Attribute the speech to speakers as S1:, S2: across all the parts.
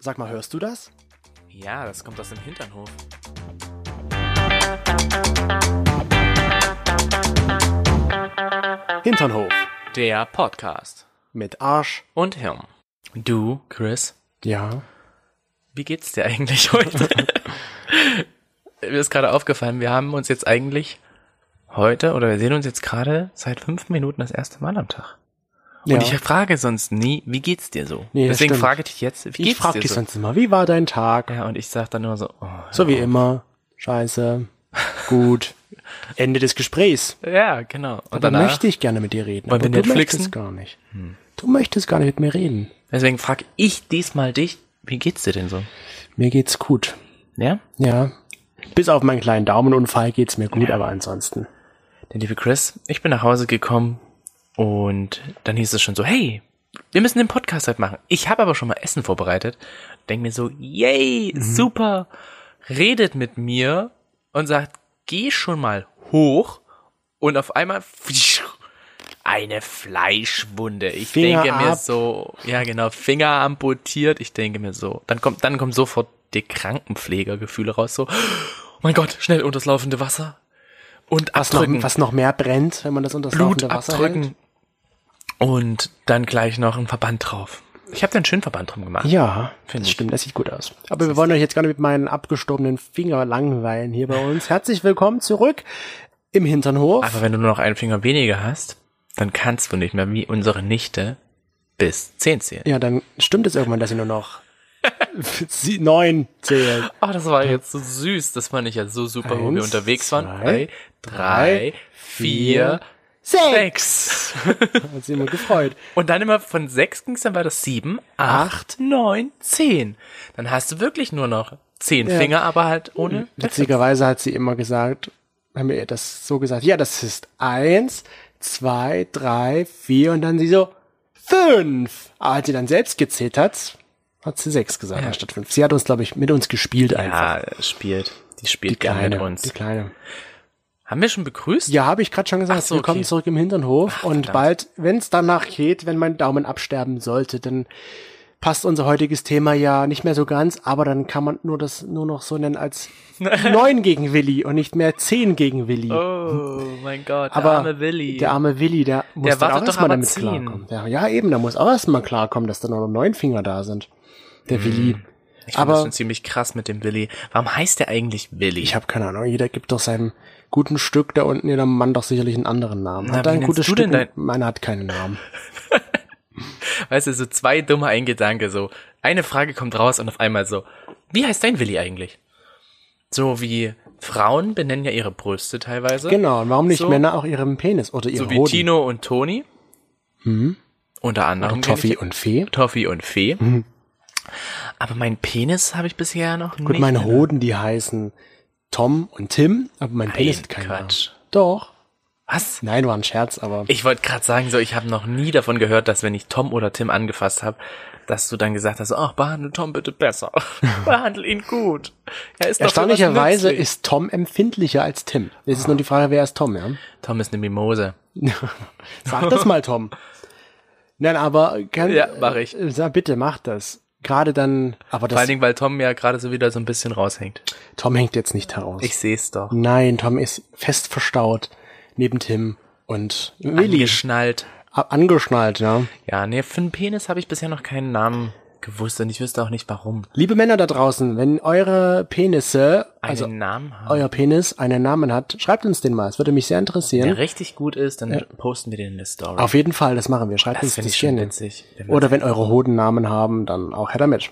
S1: Sag mal, hörst du das?
S2: Ja, das kommt aus dem Hinternhof.
S1: Hinternhof.
S2: Der Podcast.
S1: Mit Arsch.
S2: Und Hirn. Du, Chris,
S1: Ja.
S2: wie geht's dir eigentlich heute? Mir ist gerade aufgefallen, wir haben uns jetzt eigentlich heute oder wir sehen uns jetzt gerade seit fünf Minuten das erste Mal am Tag.
S1: ja.
S2: Und ich frage sonst nie, wie geht's dir so?
S1: Nee, das
S2: Deswegen
S1: stimmt.
S2: frage ich dich jetzt, wie
S1: ich
S2: geht's
S1: frag
S2: dir
S1: dich
S2: so?
S1: sonst immer, wie war dein Tag?
S2: Ja, und ich sag dann nur so, oh,
S1: So wie immer. Scheiße. Gut. Ende des Gesprächs.
S2: ja, genau. Und
S1: Dann
S2: danach,
S1: möchte ich gerne mit dir reden.
S2: Wollen wir
S1: aber du
S2: Netflixen? Hm.
S1: möchtest gar nicht. Du möchtest gar nicht mit mir reden.
S2: deswegen frage ich diesmal dich, wie geht's dir denn so?
S1: Mir geht's gut.
S2: Ja?
S1: Ja. Bis auf meinen kleinen Daumenunfall geht's mir gut, aber ansonsten.
S2: Der liebe Chris, ich bin nach Hause gekommen und dann hieß es schon so, hey, wir müssen den Podcast heute machen. Ich habe aber schon mal Essen vorbereitet. Denk mir so, yay,
S1: Mhm.
S2: super. Redet mit mir und sagt, geh schon mal hoch und auf einmal fisch, eine Fleischwunde. Ich
S1: Finger
S2: denke mir
S1: ab.
S2: so, ja genau, Finger amputiert. Ich denke mir so, dann kommt, dann kommen sofort die Krankenpflegergefühle raus. So, oh mein Gott, schnell unter das laufende Wasser. Und
S1: Was noch,
S2: abdrücken.
S1: was noch mehr brennt, wenn man das unter das
S2: Blut
S1: laufende Wasser
S2: abdrücken
S1: hält.
S2: und dann gleich noch einen Verband drauf. Ich habe da einen schönen Verband drum gemacht.
S1: Ja,
S2: Find
S1: das
S2: ich.
S1: stimmt, das sieht gut aus. Aber wir wollen euch jetzt gerne mit meinen abgestorbenen Finger langweilen hier bei uns. Herzlich willkommen zurück im Hinternhof.
S2: Aber wenn du nur noch einen Finger weniger hast, dann kannst du nicht mehr wie unsere Nichte bis zehn zählen.
S1: ja, dann stimmt es irgendwann, dass ihr nur noch sie- neun zählt.
S2: Oh, das war jetzt so süß. Das fand ich ja so super, wo wir
S1: Eins,
S2: unterwegs waren.
S1: zwei,
S2: Drei, drei, vier,
S1: Sechs.
S2: sechs.
S1: Hat sie immer gefreut.
S2: Und dann immer von sechs ging's dann weiter sieben, acht, neun, zehn. Dann hast du wirklich nur noch zehn
S1: Ja.
S2: Finger, aber halt ohne.
S1: Witzigerweise hat sie immer gesagt, haben wir ihr das so gesagt, ja, das ist eins, zwei, drei, vier und dann sie so fünf. Aber als sie dann selbst gezählt hat, hat sie sechs gesagt anstatt fünf. Sie hat uns, glaube ich, mit uns gespielt einfach.
S2: Ja, spielt. Die spielt gerne mit uns.
S1: Die kleine.
S2: Haben wir schon begrüßt?
S1: Ja, habe ich gerade schon gesagt.
S2: Ach so,
S1: Willkommen
S2: okay.
S1: zurück im Hinternhof. und
S2: verdammt.
S1: bald, wenn es danach geht, wenn mein Daumen absterben sollte, dann passt unser heutiges Thema ja nicht mehr so ganz, aber dann kann man nur das nur noch so nennen als neun gegen Willi und nicht mehr zehn gegen Willi.
S2: Oh mein Gott,
S1: aber
S2: der arme Willi.
S1: Der arme Willi, der muss
S2: Der
S1: dann auch
S2: wartet doch
S1: erstmal
S2: aber
S1: damit
S2: zehn.
S1: klarkommen. Ja, ja, eben, da muss auch erstmal klarkommen, dass da nur noch neun Finger da sind.
S2: Mhm.
S1: Der Willi.
S2: ich finde das
S1: Aber
S2: schon ziemlich krass mit dem Willi. Warum heißt der eigentlich Willi?
S1: ich habe keine Ahnung, jeder gibt doch seinem guten Stück da unten jeder Mann doch sicherlich einen anderen Namen.
S2: Na,
S1: Hat
S2: wie
S1: er ein
S2: nennst
S1: gutes
S2: du
S1: Stück?
S2: denn dein-
S1: Meiner hat keinen Namen.
S2: weißt du, so zwei dumme ein Gedanke, so eine Frage kommt raus und auf einmal so, wie heißt dein Willi eigentlich? So wie Frauen benennen ja ihre Brüste teilweise.
S1: Genau, und warum nicht
S2: So.
S1: Männer auch ihren Penis oder ihren
S2: So wie
S1: Hoden?
S2: Tino und Toni. Hm. Unter anderem. kenn
S1: Toffi Mhm.
S2: ich
S1: Mhm. und Fee.
S2: Toffi und Fee. Aber mein Penis habe ich bisher noch nicht.
S1: Gut, meine Hoden, die heißen Tom und Tim, aber mein Penis hat keinen
S2: Quatsch.
S1: Namen. Doch.
S2: Was?
S1: Nein, war ein Scherz, aber
S2: Ich wollte gerade sagen, so ich habe noch nie davon gehört, dass wenn ich Tom oder Tim angefasst habe, dass du dann gesagt hast, ach, behandle Tom bitte besser. behandle ihn gut. Er ist doch für was
S1: erstaunlicherweise
S2: nützlich.
S1: ist Tom empfindlicher als Tim. Jetzt ist nur die Frage, wer ist Tom, ja?
S2: Tom ist eine Mimose.
S1: Sag das mal, Tom. Nein, aber kann,
S2: Ja, mach ich.
S1: äh, Sag, bitte, mach das. Gerade dann, aber
S2: Vor allen
S1: das,
S2: Dingen, weil Tom ja gerade so wieder so ein bisschen raushängt.
S1: Tom hängt jetzt nicht heraus.
S2: Ich sehe es doch.
S1: Nein, Tom ist fest verstaut neben Tim und Willi.
S2: Angeschnallt.
S1: A- angeschnallt, ja.
S2: Ja, nee, für einen Penis habe ich bisher noch keinen Namen gewusst und ich wüsste auch nicht warum.
S1: Liebe Männer da draußen, wenn eure Penisse,
S2: Einen
S1: also
S2: Namen haben.
S1: euer Penis einen Namen hat, schreibt uns den mal. Es würde mich sehr interessieren.
S2: Der richtig gut ist, dann posten wir den in der Story.
S1: Auf jeden Fall, das machen wir. Schreibt
S2: das
S1: uns
S2: finde
S1: das
S2: ich schon
S1: gerne.
S2: witzig. wenn wir
S1: Oder wenn eure Hoden Namen haben, dann auch her damit.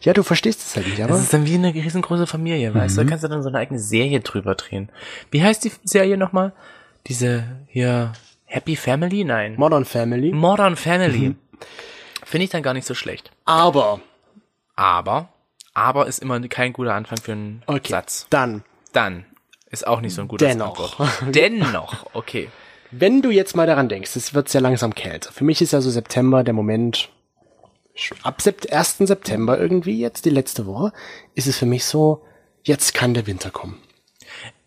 S1: Ja, du verstehst es halt nicht,
S2: Das
S1: aber
S2: ist dann wie eine riesengroße Familie, weißt
S1: Mhm.
S2: du? Da kannst du dann so eine eigene Serie drüber drehen. Wie heißt die Serie nochmal? Diese hier Happy Family? Nein.
S1: Modern Family.
S2: Modern Family.
S1: Mhm.
S2: Finde ich dann gar nicht so schlecht.
S1: Aber,
S2: Aber, aber ist immer kein guter Anfang für einen
S1: okay,
S2: Satz.
S1: dann,
S2: Dann ist auch nicht so ein gutes
S1: Dennoch.
S2: Antwort. Dennoch, okay.
S1: wenn du jetzt mal daran denkst, es wird ja langsam kälter. Für mich ist ja so September der Moment, ab Sept 1. September irgendwie jetzt, die letzte Woche, ist es für mich so, jetzt kann der Winter kommen.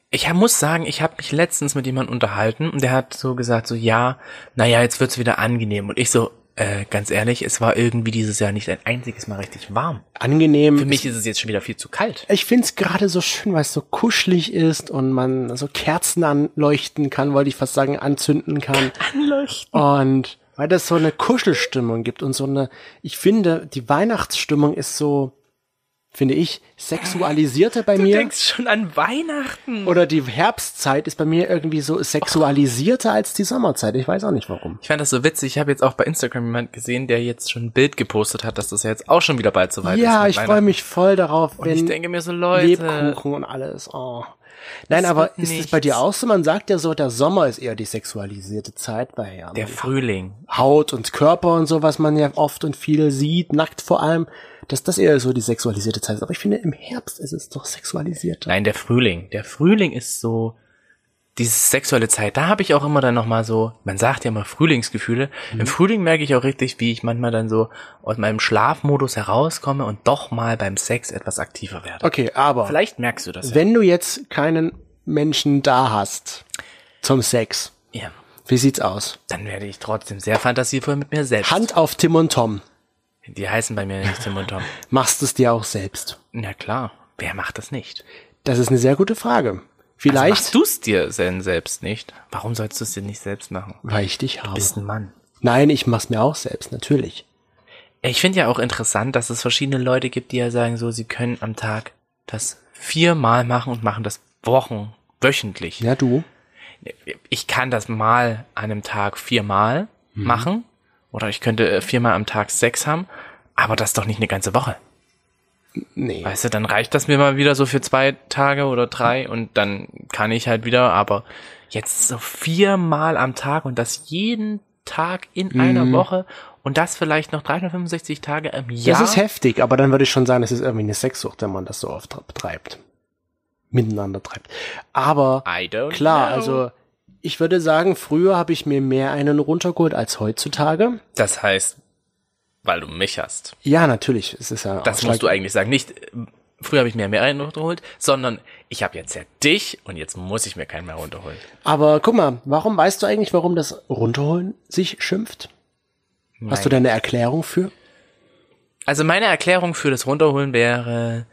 S2: Ich hab- muss sagen, ich habe mich letztens mit jemandem unterhalten und der hat so gesagt, so ja, naja, jetzt wird's wieder angenehm. Und ich so, äh, ganz ehrlich, es war irgendwie dieses Jahr nicht ein einziges Mal richtig warm.
S1: Angenehm.
S2: Für mich ist es jetzt schon wieder viel zu kalt.
S1: Ich find's gerade so schön, weil es so kuschelig ist und man so Kerzen anleuchten kann, wollte ich fast sagen, anzünden kann.
S2: Anleuchten.
S1: Und weil das so eine Kuschelstimmung gibt und so eine, ich finde, die Weihnachtsstimmung ist so, finde ich, sexualisierter bei
S2: Du
S1: mir.
S2: denkst schon an Weihnachten.
S1: Oder die Herbstzeit ist bei mir irgendwie so sexualisierter als die Sommerzeit. Ich weiß auch nicht warum.
S2: Ich fand das so witzig. Ich habe jetzt auch bei Instagram jemand gesehen, der jetzt schon ein Bild gepostet hat, dass das ja jetzt auch schon wieder bald soweit ist.
S1: Ja,
S2: mit
S1: ich freue
S2: Weihnachten.
S1: mich voll darauf,
S2: Und ich
S1: wenn
S2: denke mir so, Leute,
S1: Lebkuchen und alles. Oh. Nein, aber
S2: wird
S1: ist es
S2: nichts.
S1: bei dir auch so? Man sagt ja so, der Sommer ist eher die sexualisierte Zeit, weil ja
S2: der Frühling.
S1: Haut und Körper und so, was man ja oft und viel sieht, nackt vor allem, dass das eher so die sexualisierte Zeit ist. Aber ich finde, im Herbst ist es doch sexualisierter.
S2: Nein, der Frühling. Der Frühling ist so diese sexuelle Zeit. Da habe ich auch immer dann nochmal so, man sagt ja immer Frühlingsgefühle.
S1: Mhm.
S2: Im Frühling merke ich auch richtig, wie ich manchmal dann so aus meinem Schlafmodus herauskomme und doch mal beim Sex etwas aktiver werde.
S1: Okay, aber
S2: Vielleicht merkst du das.
S1: wenn du jetzt keinen Menschen da hast zum Sex,
S2: Ja. ja.
S1: wie sieht's aus?
S2: Dann werde ich trotzdem sehr fantasievoll mit mir selbst.
S1: Hand auf Tim und Tom.
S2: Die heißen bei mir nicht Tim und Tom.
S1: Machst es dir auch selbst?
S2: Na klar, wer macht das nicht? Also
S1: Das ist eine sehr gute Frage. Vielleicht,
S2: Machst du es dir denn selbst nicht? Warum sollst du es dir nicht selbst machen?
S1: weil ich dich habe.
S2: Bist ein Mann.
S1: Nein, ich mach's mir auch selbst, natürlich.
S2: Ich finde ja auch interessant, dass es verschiedene Leute gibt, die ja sagen, so, sie können am Tag das viermal machen und machen das Wochen, wöchentlich.
S1: Ja, du.
S2: Ich kann das mal an einem Tag viermal
S1: Mhm.
S2: machen oder ich könnte äh, viermal am Tag sechs haben, aber das doch nicht eine ganze Woche.
S1: Nee.
S2: Weißt du, dann reicht das mir mal wieder so für zwei Tage oder drei und dann kann ich halt wieder, aber jetzt so viermal am Tag und das jeden Tag in einer Woche und das vielleicht noch 365 Tage im Jahr.
S1: Mhm. Das ist heftig, aber dann würde ich schon sagen, es ist irgendwie eine Sexsucht, wenn man das so oft tra- betreibt. Miteinander treibt. Aber
S2: I don't
S1: klar,
S2: know.
S1: also ich würde sagen, früher habe ich mir mehr einen runtergeholt als heutzutage.
S2: Das heißt, weil du mich hast.
S1: Ja, natürlich, es ist ja
S2: Das musst du eigentlich sagen. Nicht, ähm, früher habe ich mir mehr einen runtergeholt, sondern ich habe jetzt ja dich und jetzt muss ich mir keinen mehr runterholen.
S1: Aber guck mal, warum weißt du eigentlich, warum das runterholen sich schimpft? Hast du da eine Erklärung für?
S2: Also meine Erklärung für das Runterholen wäre,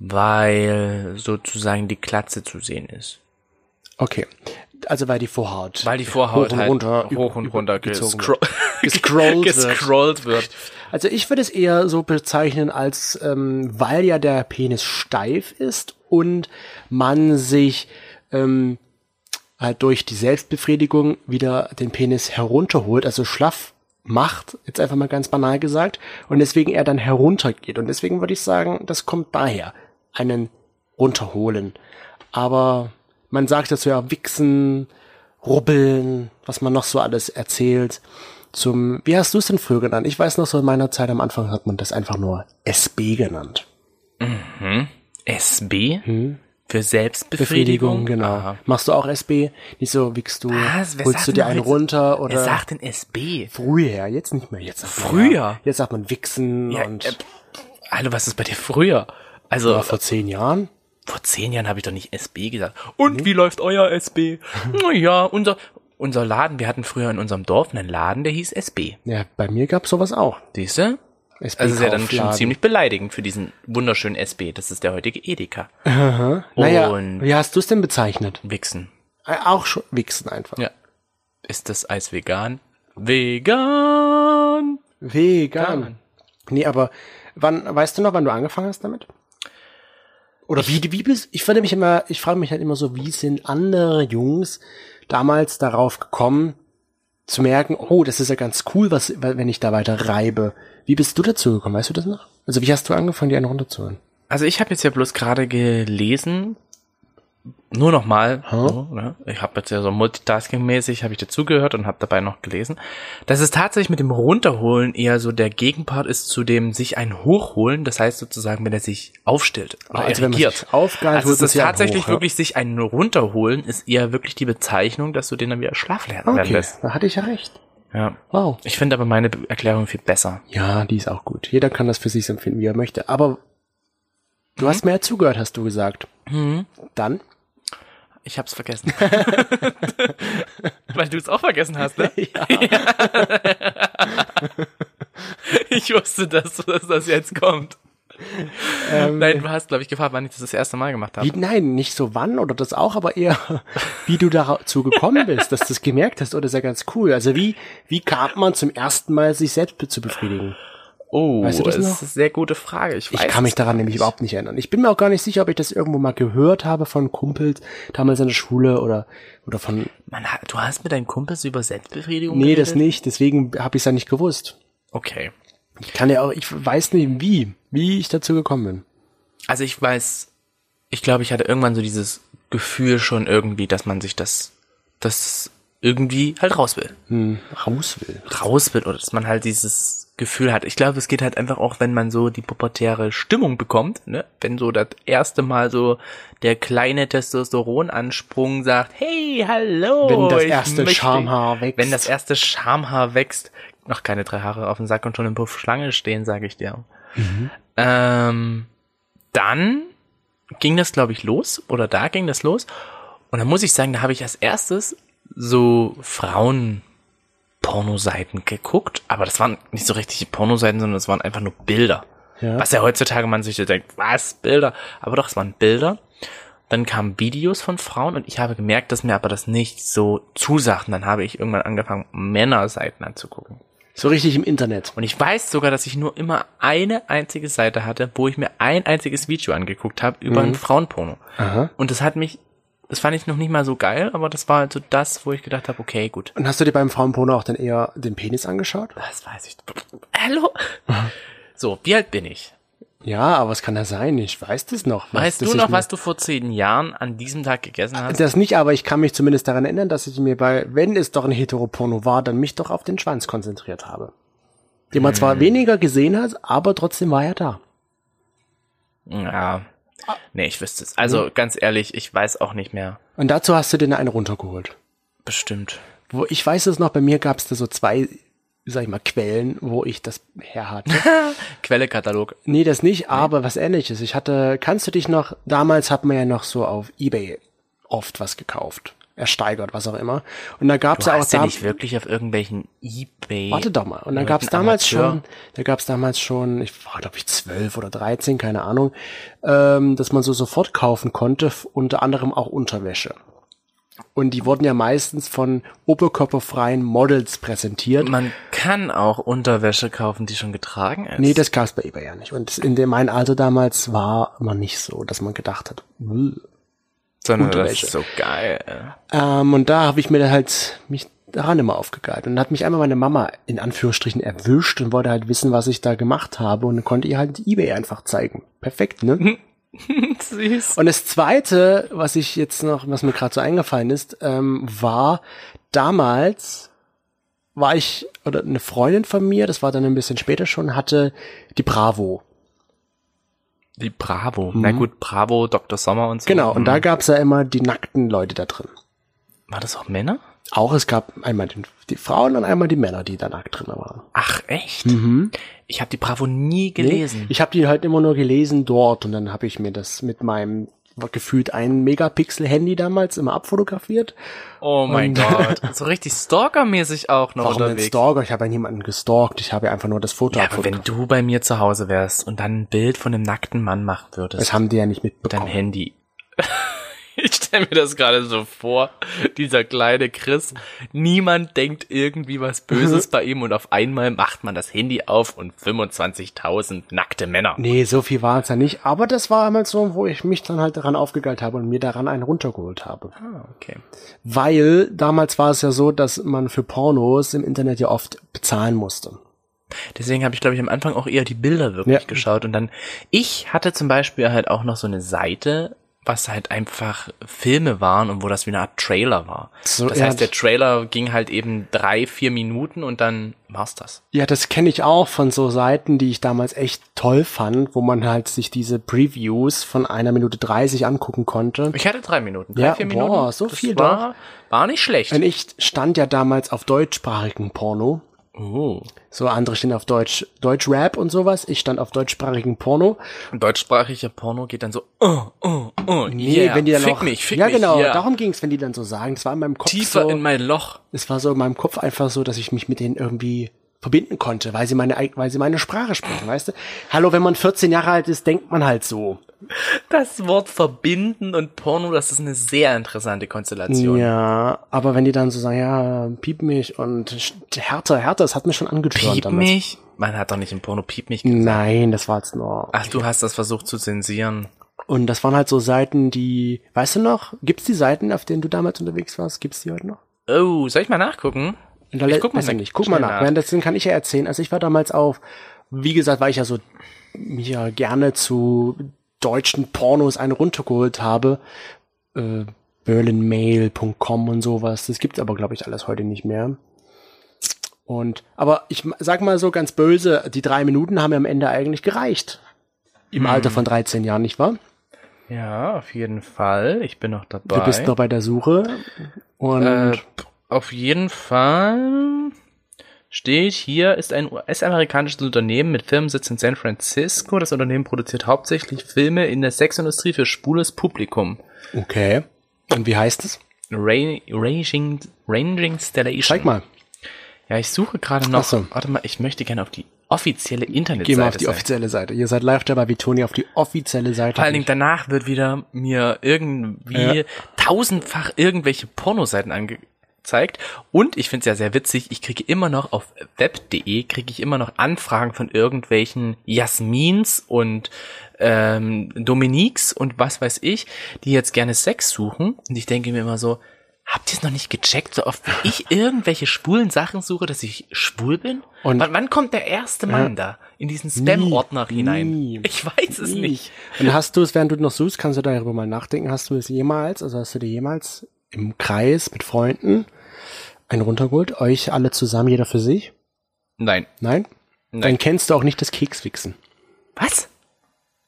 S2: weil sozusagen die Klatze zu sehen ist.
S1: Okay. Also weil die Vorhaut.
S2: Weil die Vorhaut
S1: hoch und
S2: halt
S1: runter,
S2: hoch und runter
S1: gezogen
S2: gescroll
S1: Gescrollt wird.
S2: gescrollt wird.
S1: Also ich würde es eher so bezeichnen, als ähm, weil ja der Penis steif ist und man sich ähm, halt durch die Selbstbefriedigung wieder den Penis herunterholt, also schlaff macht, jetzt einfach mal ganz banal gesagt, und deswegen er dann heruntergeht. Und deswegen würde ich sagen, das kommt daher, einen runterholen. Aber man sagt dazu ja Wichsen, Rubbeln, was man noch so alles erzählt. Zum, wie hast du es denn früher genannt? Ich weiß noch, so in meiner Zeit am Anfang hat man das einfach nur SB genannt.
S2: SB für Selbstbefriedigung.
S1: Hm? Befriedigung, genau. Machst du auch SB? Nicht so, wickst du,
S2: Was? Wer
S1: holst
S2: sagt
S1: du dir
S2: denn
S1: einen
S2: heute-
S1: runter
S2: Wer
S1: oder
S2: sagt denn SB?
S1: früher, jetzt nicht mehr, jetzt sagt Man,
S2: Früher?
S1: ja. jetzt sagt man Wichsen
S2: Ja,
S1: und
S2: äh, Hallo, was ist bei dir früher? Also
S1: vor zehn Jahren.
S2: vor zehn Jahren habe ich doch nicht SB gesagt.
S1: Hm?
S2: Und wie läuft euer SB? naja, unser, unser Laden, wir hatten früher in unserem Dorf einen Laden, der hieß SB.
S1: Ja, bei mir gab's sowas auch.
S2: Siehst du?
S1: SB
S2: Also ist ja dann schon
S1: Kaufladen.
S2: ziemlich beleidigend für diesen wunderschönen SB. Das ist der heutige Edeka.
S1: Naja,
S2: und-
S1: wie hast du es denn bezeichnet?
S2: Wichsen.
S1: Äh, Auch schon Wichsen einfach.
S2: Ja. Ist das Eis vegan? Vegan!
S1: Vegan. Nee, aber wann, weißt du noch, wann du angefangen hast damit? Oder wie, wie bist, ich frage mich immer, ich frage mich halt immer so, wie sind andere Jungs damals darauf gekommen, zu merken, oh, das ist ja ganz cool, was, wenn ich da weiter reibe. Wie bist du dazu gekommen? Weißt du das noch? Also, wie hast du angefangen, die einen runterzuholen?
S2: Also ich habe jetzt ja bloß gerade gelesen, nur nochmal, so, ne? ich habe jetzt ja so multitasking-mäßig, habe ich dazugehört und habe dabei noch gelesen, dass es tatsächlich mit dem Runterholen eher so der Gegenpart ist zu dem sich einen Hochholen, das heißt sozusagen, wenn er sich aufstellt oder
S1: Ah, also wenn man
S2: erregiert.
S1: sich aufgeilt,
S2: also
S1: holt
S2: es
S1: man
S2: ist
S1: sich einen
S2: tatsächlich
S1: hoch, ja.
S2: wirklich sich einen Runterholen, ist eher wirklich die Bezeichnung, dass du den dann wieder schlaflernen werden
S1: Okay,
S2: lässt.
S1: da hatte ich ja recht.
S2: Ja.
S1: Wow.
S2: Ich finde aber meine Be- Erklärung viel besser.
S1: Ja, die ist auch gut. Jeder kann das für sich so empfinden, wie er möchte. Aber du hast mehr zugehört, hast du gesagt. Mhm. Dann?
S2: Ich hab's vergessen. Weil du es auch vergessen hast, ne? ich wusste, dass, dass das jetzt kommt.
S1: Ähm,
S2: Nein, du hast, glaube ich, gefragt, wann ich das das erste Mal gemacht habe.
S1: Wie, nein, nicht so wann oder das auch, aber eher, wie du dazu gekommen bist, dass du es gemerkt hast, oder ist ja ganz cool. Also wie, wie kam man zum ersten Mal, sich selbst be- zu befriedigen?
S2: Oh,
S1: Weißt du das
S2: das
S1: noch?
S2: ist eine sehr gute Frage. Ich, weiß
S1: Ich kann mich
S2: es
S1: daran
S2: gar
S1: nämlich
S2: nicht.
S1: überhaupt nicht erinnern. Ich bin mir auch gar nicht sicher, ob ich das irgendwo mal gehört habe von Kumpels, damals in der Schule oder, oder von,
S2: Man hat, du hast mit deinen Kumpels über Selbstbefriedigung
S1: nee,
S2: geredet?
S1: das nicht, deswegen habe ich es ja nicht gewusst.
S2: Okay.
S1: Ich kann ja auch, ich weiß nicht wie, wie ich dazu gekommen bin.
S2: Also ich weiß, ich glaube, ich hatte irgendwann so dieses Gefühl schon irgendwie, dass man sich das, das irgendwie halt raus will.
S1: Raus will.
S2: Raus will oder dass man halt dieses Gefühl hat. Ich glaube, es geht halt einfach auch, wenn man so die pubertäre Stimmung bekommt, ne? Wenn so das erste Mal so der kleine Testosteronansprung sagt, hey, hallo.
S1: Wenn das
S2: ich
S1: erste
S2: möchte-
S1: Schamhaar wächst.
S2: Wenn das erste Schamhaar wächst, noch keine drei Haare auf dem Sack und schon im Puff Schlange stehen, sage ich dir.
S1: Mhm.
S2: Ähm, dann ging das, glaube ich, los oder da ging das los. Und dann muss ich sagen, da habe ich als erstes so Frauen Pornoseiten geguckt, aber das waren nicht so richtige Pornoseiten, sondern das waren einfach nur Bilder.
S1: Ja.
S2: Was ja heutzutage man sich so denkt, was Bilder, aber doch es waren Bilder. Dann kamen Videos von Frauen und ich habe gemerkt, dass mir aber das nicht so zusagt. Und Dann habe ich irgendwann angefangen, Männerseiten anzugucken.
S1: So richtig im Internet.
S2: Und ich weiß sogar, dass ich nur immer eine einzige Seite hatte, wo ich mir ein einziges Video angeguckt habe über ein Frauenporno.
S1: Mhm. Aha.
S2: Und das hat mich, das fand ich noch nicht mal so geil, aber das war halt so das, wo ich gedacht habe, okay, gut,
S1: Und hast du dir beim Frauenporno auch dann eher den Penis angeschaut?
S2: das weiß ich. Hallo? So, wie alt bin ich?
S1: Ja, aber es kann ja sein, ich weiß das noch. was-
S2: Weißt
S1: dass
S2: du
S1: ich
S2: noch,
S1: mir-
S2: was du vor zehn Jahren an diesem Tag gegessen hast?
S1: Das nicht, aber ich kann mich zumindest daran erinnern, dass ich mir bei, wenn es doch ein Heteroporno war, dann mich doch auf den Schwanz konzentriert habe. Den man
S2: Hm.
S1: zwar weniger gesehen hat, aber trotzdem war er da. Also-
S2: Ja. Nee, ich wüsste es.
S1: Mhm.
S2: Also, ganz ehrlich, ich weiß auch nicht mehr.
S1: Und dazu hast du den einen runtergeholt.
S2: Bestimmt.
S1: Wo ich weiß es noch, bei mir gab es da so zwei, sag ich mal, Quellen, wo ich das her hatte.
S2: Quellekatalog.
S1: Nee, das nicht, aber was ähnliches. Ich hatte, kannst du dich noch, damals hat man ja noch so auf Ebay oft was gekauft. Ersteigert, was auch immer. Und da gab's
S2: Du
S1: ja auch
S2: hast ja
S1: da,
S2: nicht wirklich auf irgendwelchen Ebay.
S1: Warte doch mal. Und dann
S2: Leuten
S1: gab's damals
S2: Amateur-
S1: schon, da gab's damals schon, ich war glaube ich zwölf oder dreizehn, keine Ahnung, ähm, dass man so sofort kaufen konnte, f- unter anderem auch Unterwäsche. Und die wurden ja meistens von oberkörperfreien Models präsentiert.
S2: Man kann auch Unterwäsche kaufen, die schon getragen ist.
S1: Nee, das gab's bei eBay ja nicht. Und in dem mein Alter damals war man nicht so, dass man gedacht hat, "Wuh."
S2: sondern
S1: Unterwäsche.
S2: das ist so geil.
S1: Ähm, und da habe ich mir dann halt mich daran immer aufgegeilt. Und dann hat mich einmal meine Mama in Anführungsstrichen erwischt und wollte halt wissen, was ich da gemacht habe und konnte ihr halt die Ebay einfach zeigen. Perfekt, ne?
S2: Süß.
S1: und das zweite, was ich jetzt noch, was mir gerade so eingefallen ist, ähm, war damals war ich, oder eine Freundin von mir, das war dann ein bisschen später schon, hatte die Bravo.
S2: Die Bravo. Na gut, Bravo, Dr. Sommer und so.
S1: Mhm.
S2: Mhm.
S1: Genau, und da gab's ja immer die nackten Leute da drin.
S2: War das auch Männer?
S1: Auch es gab einmal den, die Frauen und einmal die Männer, die da nackt drin waren.
S2: Ach, echt? Ich habe die Bravo nie gelesen.
S1: Mhm. Ich habe die halt immer nur gelesen dort und dann habe ich mir das mit meinem gefühlt ein Megapixel-Handy damals immer abfotografiert.
S2: Oh mein
S1: Und-
S2: Gott. So richtig stalkermäßig auch noch
S1: Warum denn
S2: unterwegs.
S1: Stalker? Ich habe ja niemanden gestalkt. Ich habe ja einfach nur das Foto
S2: ja, aber wenn
S1: abfotografiert.
S2: du bei mir zu Hause wärst und dann ein Bild von einem nackten Mann machen würdest,
S1: Das haben die ja nicht
S2: dein
S1: mitbekommen.
S2: Handy. Ich stelle mir das gerade so vor, dieser kleine Chris. Niemand denkt irgendwie was Böses bei ihm und auf einmal macht man das Handy auf und 25.000 nackte Männer.
S1: Nee, so viel war es ja nicht. Aber das war einmal so, wo ich mich dann halt daran aufgegeilt habe und mir daran einen runtergeholt habe.
S2: Ah, okay.
S1: Weil damals war es ja so, dass man für Pornos im Internet ja oft bezahlen musste.
S2: Deswegen habe ich, glaube ich, am Anfang auch eher die Bilder wirklich
S1: Ja.
S2: geschaut. Und dann, ich hatte zum Beispiel halt auch noch so eine Seite, was halt einfach Filme waren und wo das wie eine Art Trailer war.
S1: So,
S2: das
S1: ja.
S2: heißt, der Trailer ging halt eben drei, vier Minuten und dann war's das.
S1: Ja, das kenne ich auch von so Seiten, die ich damals echt toll fand, wo man halt sich diese Previews von einer Minute 30 angucken konnte.
S2: Ich hatte drei Minuten, drei,
S1: Ja,
S2: vier Minuten.
S1: boah, so
S2: das
S1: viel
S2: war, war nicht schlecht.
S1: Und ich stand ja damals auf deutschsprachigen Porno.
S2: oh.
S1: So andere stehen auf Deutsch, Deutschrap und sowas. Ich stand auf deutschsprachigen Porno.
S2: Und deutschsprachiger Porno geht dann so, oh, oh, oh,
S1: Nee,
S2: yeah,
S1: wenn die dann
S2: fick
S1: auch,
S2: mich, fick
S1: ja
S2: mich,
S1: genau,
S2: yeah.
S1: darum ging's, wenn die dann so sagen. Es war in meinem Kopf
S2: tiefer
S1: so,
S2: in mein Loch.
S1: es war so in meinem Kopf einfach so, dass ich mich mit denen irgendwie verbinden konnte, weil sie meine, eig- weil sie meine Sprache sprechen, weißt du? Hallo, wenn man 14 Jahre alt ist, denkt man halt so.
S2: Das Wort verbinden und Porno, das ist eine sehr interessante Konstellation.
S1: Ja, aber wenn die dann so sagen, ja, piep mich und sch- härter, härter, das hat mich schon angetürnt
S2: Piep
S1: damals.
S2: mich? Man hat doch nicht im Porno Piep mich.
S1: Nein, das war jetzt nur.
S2: Ach, du hast das versucht zu zensieren.
S1: Und das waren halt so Seiten, die, weißt du noch, gibt's die Seiten, auf denen du damals unterwegs warst, gibt's die heute noch?
S2: Oh, soll ich mal nachgucken?
S1: Und da-
S2: guck mal
S1: weiß ich
S2: nach-
S1: nicht. Guck mal
S2: schnell
S1: nach.
S2: nach.
S1: Währenddessen kann ich ja erzählen. Also ich war damals auf, wie gesagt, weil ich ja so mir gerne zu deutschen Pornos einen runtergeholt habe. Äh, berlinmail.com und sowas. Das gibt's aber, glaube ich, alles heute nicht mehr. Und, aber ich ma- sag mal so ganz böse, die drei Minuten haben ja am Ende eigentlich gereicht. Im
S2: Mhm.
S1: Alter von 13 Jahren, nicht wahr?
S2: Ja, auf jeden Fall. Ich bin noch dabei.
S1: Du bist noch bei der Suche. Und
S2: Äh, auf jeden Fall steht hier, ist ein US-amerikanisches Unternehmen mit Firmensitz in San Francisco. Das Unternehmen produziert hauptsächlich Filme in der Sexindustrie für schwules Publikum.
S1: okay. Und wie heißt es?
S2: Ra- Raging, Ranging Stellation.
S1: Zeig mal.
S2: Ja, ich suche gerade
S1: Ach
S2: noch.
S1: so.
S2: Warte mal, ich möchte gerne auf die offizielle
S1: Geh
S2: Internetseite.
S1: mal auf die
S2: sein.
S1: offizielle Seite. Ihr seid live dabei, wie Toni auf die offizielle Seite.
S2: Vor allen Dingen danach wird wieder mir irgendwie tausendfach irgendwelche Pornoseiten angezeigt. Und ich finde es ja sehr witzig, ich kriege immer noch auf web.de, kriege ich immer noch Anfragen von irgendwelchen Jasmins und ähm, Dominiques und was weiß ich, die jetzt gerne Sex suchen. Und ich denke mir immer so, habt ihr es noch nicht gecheckt, so oft wie ich irgendwelche schwulen Sachen suche, dass ich schwul bin?
S1: Und-
S2: Und wann, wann kommt der erste Mann da in diesen Spam-Ordner hinein?
S1: nie,
S2: ich weiß es nicht.
S1: Und hast du es, während du noch suchst, kannst du darüber mal nachdenken, hast du es jemals, also hast du dir jemals im Kreis mit Freunden einen runtergeholt, euch alle zusammen, jeder für sich?
S2: Nein.
S1: Nein?
S2: Nein.
S1: Dann kennst du auch nicht das Kekswichsen.
S2: Was?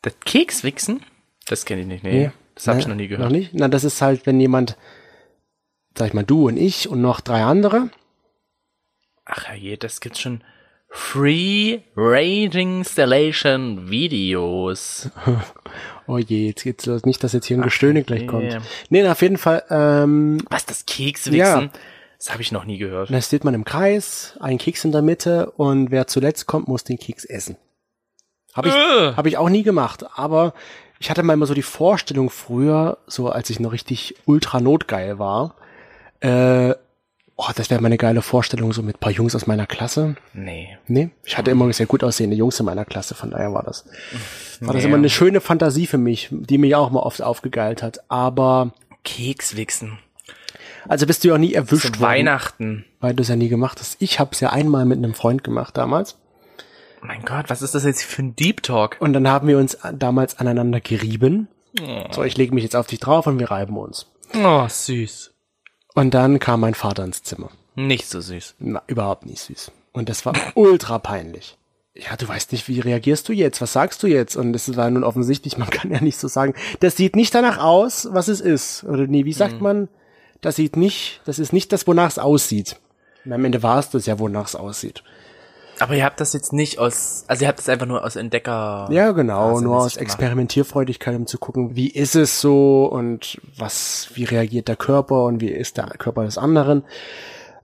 S2: Das Kekswichsen? Das kenne ich nicht, nee. Das habe ich
S1: Nein,
S2: noch nie gehört.
S1: Ne? Noch nicht? Na, das ist halt, wenn jemand, sag ich mal, du und ich und noch drei andere,
S2: Ach herrje, das gibt's schon. Free Raging Installation Videos.
S1: oh je, jetzt geht's los, nicht, dass jetzt hier ein Gestöhne gleich
S2: nee.
S1: kommt. Nee, na, auf jeden Fall, ähm,
S2: Was, das Kekswichsen? Das habe ich noch nie gehört.
S1: Und dann steht man im Kreis, ein Keks in der Mitte und wer zuletzt kommt, muss den Keks essen. Habe ich,
S2: Äh.
S1: hab ich auch nie gemacht, aber ich hatte mal immer so die Vorstellung früher, so als ich noch richtig ultra notgeil war, äh, oh, das wäre mal eine geile Vorstellung, so mit paar Jungs aus meiner Klasse.
S2: Nee.
S1: Nee, ich hatte immer sehr gut aussehende Jungs in meiner Klasse, von daher war das, war das
S2: Nee.
S1: immer eine schöne Fantasie für mich, die mich auch mal oft aufgegeilt hat. Aber,
S2: Kekswichsen.
S1: also bist du ja auch nie erwischt
S2: Zu
S1: worden.
S2: Weihnachten.
S1: weil du es ja nie gemacht hast. Ich habe es ja einmal mit einem Freund gemacht damals.
S2: Mein Gott, was ist das jetzt für ein Deep Talk?
S1: Und dann haben wir uns damals aneinander gerieben. So, ich lege mich jetzt auf dich drauf und wir reiben uns.
S2: Oh, süß.
S1: Und dann kam mein Vater ins Zimmer.
S2: Nicht so süß.
S1: Na, überhaupt nicht süß. Und das war ultra peinlich. Ja, du weißt nicht, wie reagierst du jetzt? Was sagst du jetzt? Und es war nun offensichtlich, man kann ja nicht so sagen, das sieht nicht danach aus, was es ist. Oder nee, wie sagt man, das sieht nicht, das ist nicht das, wonach es aussieht. Und am Ende war es das ja, wonach es aussieht.
S2: Aber ihr habt das jetzt nicht aus, also ihr habt das einfach nur aus Entdecker.
S1: Ja, genau,
S2: Phase
S1: nur aus
S2: mäßig gemacht.
S1: Experimentierfreudigkeit, um zu gucken, wie ist es so und was, wie reagiert der Körper und wie ist der Körper des anderen.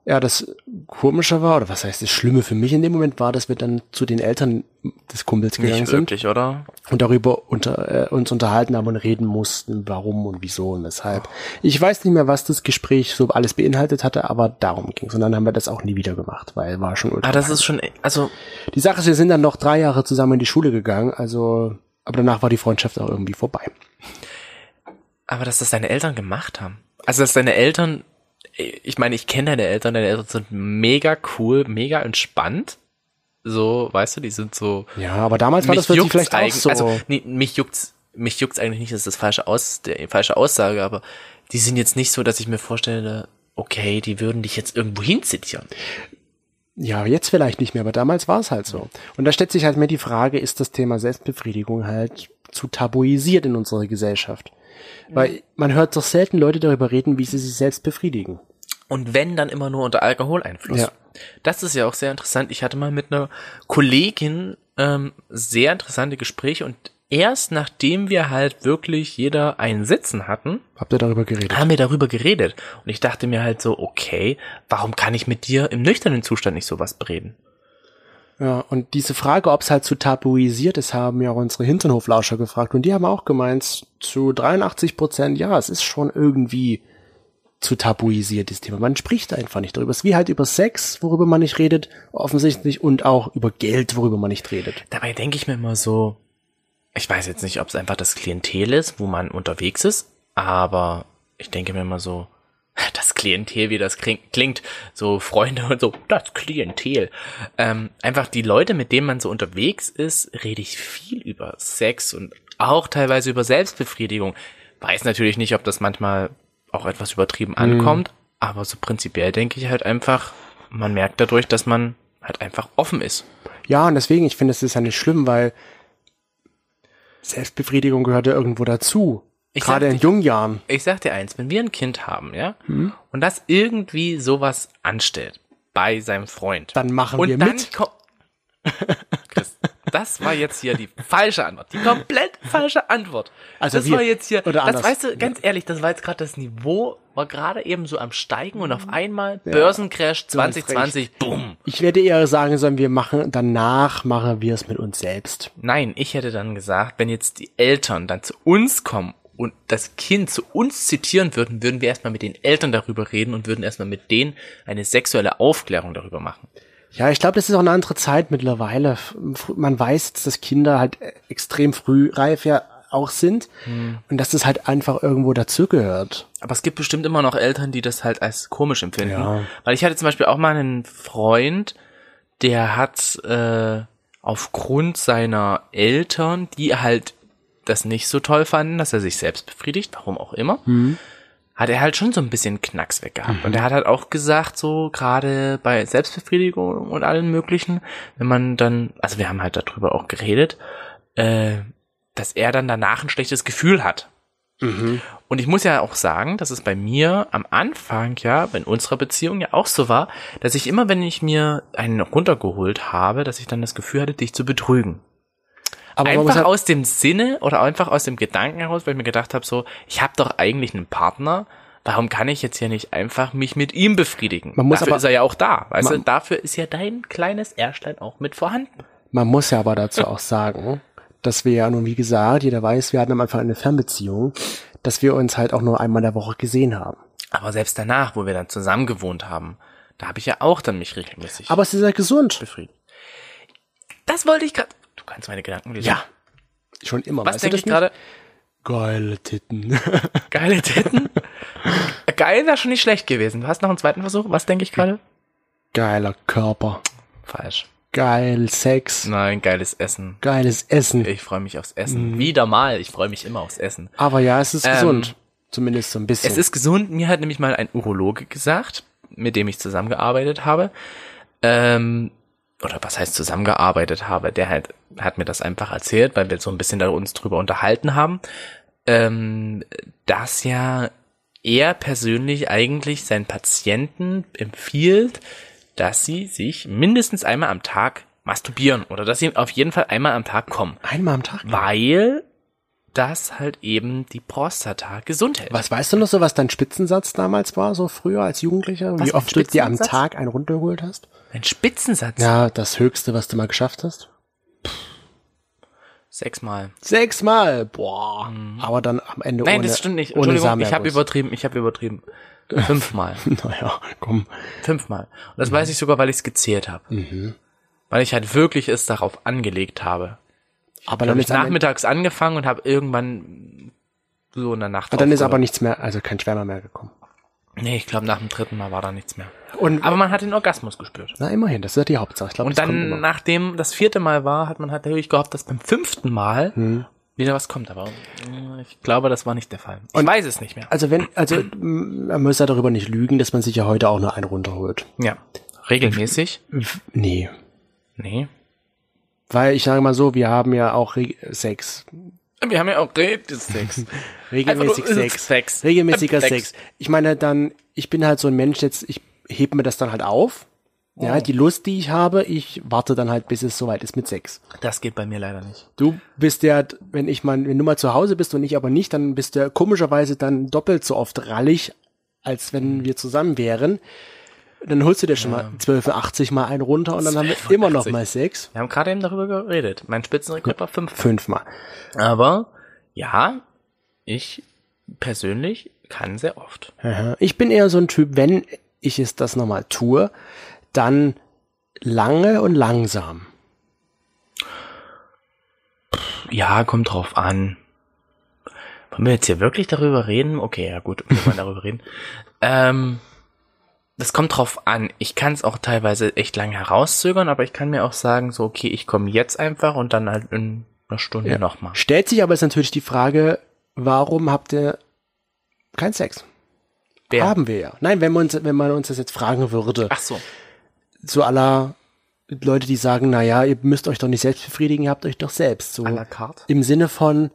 S1: Ja, das Komische war, oder was heißt das Schlimme für mich in dem Moment war, dass wir dann zu den Eltern des Kumpels gegangen
S2: Nicht
S1: sind
S2: wirklich, oder?
S1: und darüber unter, äh, uns unterhalten haben und reden mussten, warum und wieso und weshalb. Ich weiß nicht mehr, was das Gespräch so alles beinhaltet hatte, aber darum ging es. Und dann haben wir das auch nie wieder gemacht, weil war schon ultra
S2: Ah, das ist schon, also
S1: die Sache ist, wir sind dann noch drei Jahre zusammen in die Schule gegangen, also, aber danach war die Freundschaft auch irgendwie vorbei.
S2: Aber dass das deine Eltern gemacht haben. Also, dass deine Eltern, ich meine, ich kenne deine Eltern, deine Eltern sind mega cool, mega entspannt. So, weißt du, die sind so.
S1: Ja, aber damals war das für sie
S2: juckt's
S1: vielleicht auch
S2: eigentlich-
S1: so.
S2: Also, nee, mich juckt's, mich juckt's eigentlich nicht, das ist das falsche Aus, der falsche Aussage, aber die sind jetzt nicht so, dass ich mir vorstelle, okay, die würden dich jetzt irgendwo hinzitieren.
S1: ja, jetzt vielleicht nicht mehr, aber damals war es halt so. Und da stellt sich halt mir die Frage, ist das Thema Selbstbefriedigung halt zu tabuisiert in unserer Gesellschaft? Weil man hört doch selten Leute darüber reden, wie sie sich selbst befriedigen.
S2: Und wenn, dann immer nur unter Alkoholeinfluss.
S1: Ja.
S2: Das ist ja auch sehr interessant. Ich hatte mal mit einer Kollegin ähm, sehr interessante Gespräche und erst nachdem wir halt wirklich jeder einen Sitzen hatten,
S1: Habt ihr darüber geredet?
S2: haben wir darüber geredet. Und ich dachte mir halt so, okay, warum kann ich mit dir im nüchternen Zustand nicht sowas reden?
S1: Ja, und diese Frage, ob es halt zu tabuisiert ist, haben ja auch unsere Hinterhoflauscher gefragt. Und die haben auch gemeint, zu 83 Prozent, ja, es ist schon irgendwie zu tabuisiert, dieses Thema. Man spricht einfach nicht darüber. Es ist wie halt über Sex, worüber man nicht redet, offensichtlich, und auch über Geld, worüber man nicht redet.
S2: Dabei denke ich mir immer so, ich weiß jetzt nicht, ob es einfach das Klientel ist, wo man unterwegs ist, aber ich denke mir immer so, das Klientel, wie das kling- klingt, so Freunde und so, das Klientel. Ähm, einfach die Leute, mit denen man so unterwegs ist, rede ich viel über Sex und auch teilweise über Selbstbefriedigung. Weiß natürlich nicht, ob das manchmal auch etwas übertrieben ankommt, aber so prinzipiell denke ich halt einfach, man merkt dadurch, dass man halt einfach offen ist.
S1: Ja, und deswegen, ich finde, es ist ja nicht schlimm, weil Selbstbefriedigung gehört ja irgendwo dazu.
S2: Ich
S1: Gerade
S2: sag
S1: in
S2: dir-
S1: jungen Jahren.
S2: ich sag dir eins, wenn wir ein Kind haben, ja,
S1: Hm?
S2: und das irgendwie sowas anstellt bei seinem Freund,
S1: Dann machen
S2: und
S1: wir
S2: dann
S1: mit.
S2: ko- Chris, das war jetzt hier die falsche Antwort, die komplett falsche Antwort.
S1: Also
S2: das
S1: wir-
S2: war jetzt hier,
S1: oder
S2: das
S1: anders.
S2: weißt du, ganz ehrlich, das war jetzt gerade das Niveau, war gerade eben so am Steigen und auf einmal Börsencrash
S1: hast
S2: 2020, boom.
S1: Ich werde eher sagen sollen, wir machen, danach machen wir es mit uns selbst.
S2: Nein, ich hätte dann gesagt, wenn jetzt die Eltern dann zu uns kommen und das Kind zu uns zitieren würden, würden wir erstmal mit den Eltern darüber reden und würden erstmal mit denen eine sexuelle Aufklärung darüber machen.
S1: Ja, ich glaube, das ist auch eine andere Zeit mittlerweile. F- fr- Man weiß jetzt, dass Kinder halt äh, extrem frühreif ja auch sind und dass das halt einfach irgendwo dazugehört.
S2: Aber es gibt bestimmt immer noch Eltern, die das halt als komisch empfinden. Weil ich hatte zum Beispiel auch mal einen Freund, der hat äh, aufgrund seiner Eltern, die halt das nicht so toll fanden, dass er sich selbst befriedigt, warum auch immer, hat er halt schon so ein bisschen Knacks weggehabt. Und er hat halt auch gesagt, so gerade bei Selbstbefriedigung und allen möglichen, wenn man dann, also wir haben halt darüber auch geredet, äh, dass er dann danach ein schlechtes Gefühl hat. Und ich muss ja auch sagen, dass es bei mir am Anfang ja, in unserer Beziehung ja auch so war, dass ich immer, wenn ich mir einen runtergeholt habe, dass ich dann das Gefühl hatte, dich zu betrügen.
S1: Aber man muss
S2: einfach
S1: halt,
S2: aus dem Sinne oder einfach aus dem Gedanken heraus, weil ich mir gedacht habe, so, ich habe doch eigentlich einen Partner, warum kann ich jetzt hier nicht einfach mich mit ihm befriedigen?
S1: Man muss
S2: dafür
S1: aber-
S2: ist er ja auch da. Weißt du,
S1: Man-
S2: dafür ist ja dein kleines Erstein auch mit vorhanden.
S1: man muss ja aber dazu auch sagen, dass wir ja nun, wie gesagt, jeder weiß, wir hatten am Anfang eine Fernbeziehung, dass wir uns halt auch nur einmal in der Woche gesehen haben.
S2: Aber selbst danach, wo wir dann zusammen gewohnt haben, da habe ich ja auch dann mich regelmäßig
S1: Aber es ist ja gesund.
S2: befrieden. Das wollte ich gerade. Du kannst meine Gedanken lesen.
S1: Ja. Schon immer.
S2: Was
S1: weißt du
S2: denke
S1: das
S2: ich
S1: nicht?
S2: gerade?
S1: Geile Titten.
S2: Geile Titten. Geil wäre schon nicht schlecht gewesen. Du hast noch einen zweiten Versuch. Was denke ich gerade?
S1: Geiler Körper.
S2: Falsch.
S1: Geil Sex.
S2: Nein, geiles Essen.
S1: Geiles Essen.
S2: Ich freue mich aufs Essen. Wieder mal. Ich freue mich immer aufs Essen.
S1: Aber ja, es ist gesund. Zumindest so ein bisschen.
S2: Ähm, Es ist gesund. Mir hat nämlich mal ein Urologe gesagt, mit dem ich zusammengearbeitet habe. Ähm, oder was heißt zusammengearbeitet habe? Der halt, hat mir das einfach erzählt, weil wir so ein bisschen da uns drüber unterhalten haben, ähm, dass ja er persönlich eigentlich seinen Patienten empfiehlt, dass sie sich mindestens einmal am Tag masturbieren oder dass sie auf jeden Fall einmal am Tag kommen,
S1: einmal am Tag.
S2: weil das halt eben die Prostata gesund hält.
S1: Was weißt du noch so, was dein Spitzensatz damals war, so früher als Jugendlicher?
S2: Was,
S1: Wie
S2: mein
S1: oft du dir am
S2: Spitzensatz?
S1: Tag einen runtergeholt hast?
S2: Ein Spitzensatz.
S1: Ja, das Höchste, was du mal geschafft hast?
S2: Sechsmal.
S1: Sechsmal. Boah. Aber dann am Ende
S2: Mhm. Nein,
S1: ohne
S2: das stimmt nicht.
S1: Ohne
S2: Entschuldigung, ich habe
S1: Samenerguss.
S2: übertrieben, ich habe übertrieben. Fünfmal.
S1: Naja, komm.
S2: Fünfmal. Und das weiß ich sogar, weil ich es gezählt habe.
S1: Mhm.
S2: Weil ich halt wirklich es darauf angelegt habe.
S1: Aber
S2: Dann
S1: dann
S2: habe ich
S1: ist, am Ende,
S2: nachmittags angefangen und habe irgendwann so in der Nacht.
S1: dann ist aber
S2: aufgehört.
S1: nichts mehr, also kein Schwärmer mehr gekommen.
S2: Nee, ich glaube, nach dem dritten Mal war da nichts mehr.
S1: Und
S2: Aber man hat den Orgasmus gespürt.
S1: na immerhin, das ist ja die Hauptsache. Ich glaub,
S2: Und
S1: das kommt
S2: dann,
S1: immer.
S2: nachdem das vierte Mal war, hat man halt natürlich gehofft, dass beim fünften Mal
S1: Mhm.
S2: wieder was kommt. Aber äh, ich glaube, das war nicht der Fall. Ich weiß es nicht mehr.
S1: Also wenn, also m, man muss ja darüber nicht lügen, dass man sich ja heute auch nur einen runterholt.
S2: Ja. Regelmäßig?
S1: Nee.
S2: Nee.
S1: Weil ich sage mal so, wir haben ja auch Re Sex.
S2: Wir haben ja auch regelmäßig Sex.
S1: Regelmäßig
S2: Einfach nur
S1: Sex.
S2: Sex.
S1: Regelmäßiger
S2: Sex.
S1: Sex. Ich meine dann, ich bin halt so ein Mensch, jetzt, ich hebe mir das dann halt auf. Ja, die Lust, die ich habe, ich warte dann halt, bis es soweit ist mit Sex.
S2: Das geht bei mir leider nicht.
S1: Du bist ja, wenn ich mal, wenn du mal zu Hause bist und ich aber nicht, dann bist
S2: Mhm.
S1: du ja komischerweise dann doppelt so oft rallig, als wenn wir zusammen wären. Dann holst du dir schon mal 12,80 mal einen runter und dann haben wir immer noch
S2: 12,80.
S1: mal sechs.
S2: Wir haben gerade eben darüber geredet. Mein Spitzenrekord war 5.
S1: Fünfmal.
S2: Aber ja, ich persönlich kann sehr oft.
S1: Aha. Ich bin eher so ein Typ, wenn ich es das nochmal tue, dann lange und langsam.
S2: Ja, kommt drauf an. Wollen wir jetzt hier wirklich darüber reden? Okay, ja gut, wir wollen darüber reden. Ähm, das kommt drauf an. Ich kann es auch teilweise echt lange herauszögern, aber ich kann mir auch sagen, so, okay, ich komme jetzt einfach und dann halt in einer Stunde nochmal.
S1: Stellt sich aber jetzt natürlich die Frage, warum habt ihr keinen Sex?
S2: Der-
S1: Haben wir ja. Nein, wenn man uns, wenn man uns das jetzt fragen würde,
S2: Ach so.
S1: so aller Leute, die sagen, naja, ihr müsst euch doch nicht selbst befriedigen, ihr habt euch doch selbst. So
S2: À la carte.
S1: im Sinne von,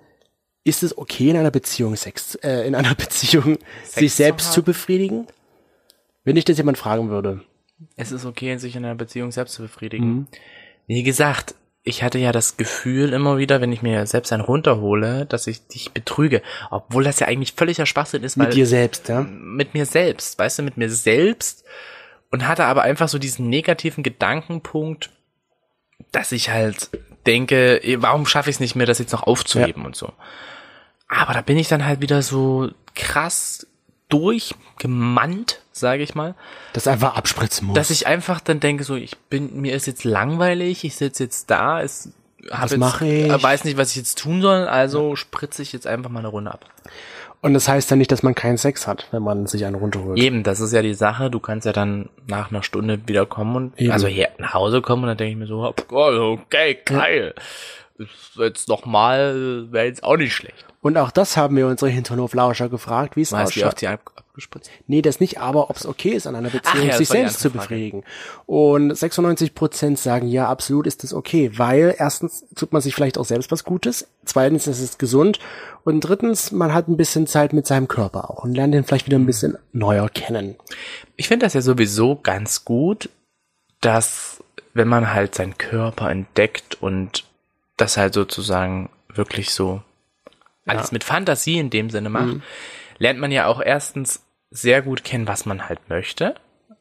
S1: ist es okay in einer Beziehung Sex, äh, in einer Beziehung sich
S2: zu
S1: selbst
S2: haben?
S1: zu befriedigen? Wenn ich das jemand fragen würde.
S2: Es ist okay, sich in einer Beziehung selbst zu befriedigen.
S1: Mhm.
S2: Wie gesagt, ich hatte ja das Gefühl immer wieder, wenn ich mir selbst einen runterhole, dass ich dich betrüge. Obwohl das ja eigentlich völliger Schwachsinn ist, weil
S1: Mit dir selbst, ja?
S2: mit mir selbst, weißt du, mit mir selbst und hatte aber einfach so diesen negativen Gedankenpunkt, dass ich halt denke, eh, warum schaffe ich es nicht mehr, das jetzt noch aufzuheben und so. Aber da bin ich dann halt wieder so krass durchgemannt, sage ich mal,
S1: Das einfach abspritzen muss.
S2: dass ich einfach dann denke, so, ich bin, mir ist jetzt langweilig, ich sitze jetzt da, es hab
S1: Was
S2: jetzt,
S1: mache ich?
S2: äh, weiß nicht, was ich jetzt tun soll, also spritze ich jetzt einfach mal eine Runde ab.
S1: Und das heißt ja nicht, dass man keinen Sex hat, wenn man sich einen runterholt.
S2: Eben, das ist ja die Sache. Du kannst ja dann nach einer Stunde wieder kommen und
S1: Eben.
S2: also hier nach Hause kommen und dann denke ich mir so, oh, okay, geil. Ist jetzt nochmal, wäre jetzt auch nicht schlecht.
S1: Und auch das haben wir unsere Hinterhoflauscher gefragt, wie es
S2: Weißt du, wie
S1: ausschaut.
S2: oft die ab, abgespritzt?
S1: Nee, das nicht, aber ob es okay ist, an einer Beziehung
S2: ja, das
S1: sich
S2: war die
S1: selbst zu
S2: andere Frage.
S1: befriedigen. Und 96% sagen, ja, absolut ist das okay, weil erstens tut man sich vielleicht auch selbst was Gutes, zweitens ist es gesund und drittens, man hat ein bisschen Zeit mit seinem Körper auch und lernt den vielleicht wieder ein bisschen neuer kennen.
S2: Ich finde das ja sowieso ganz gut, dass wenn man halt seinen Körper entdeckt und das halt sozusagen wirklich so alles mit Fantasie in dem Sinne macht, lernt man ja auch erstens sehr gut kennen, was man halt möchte.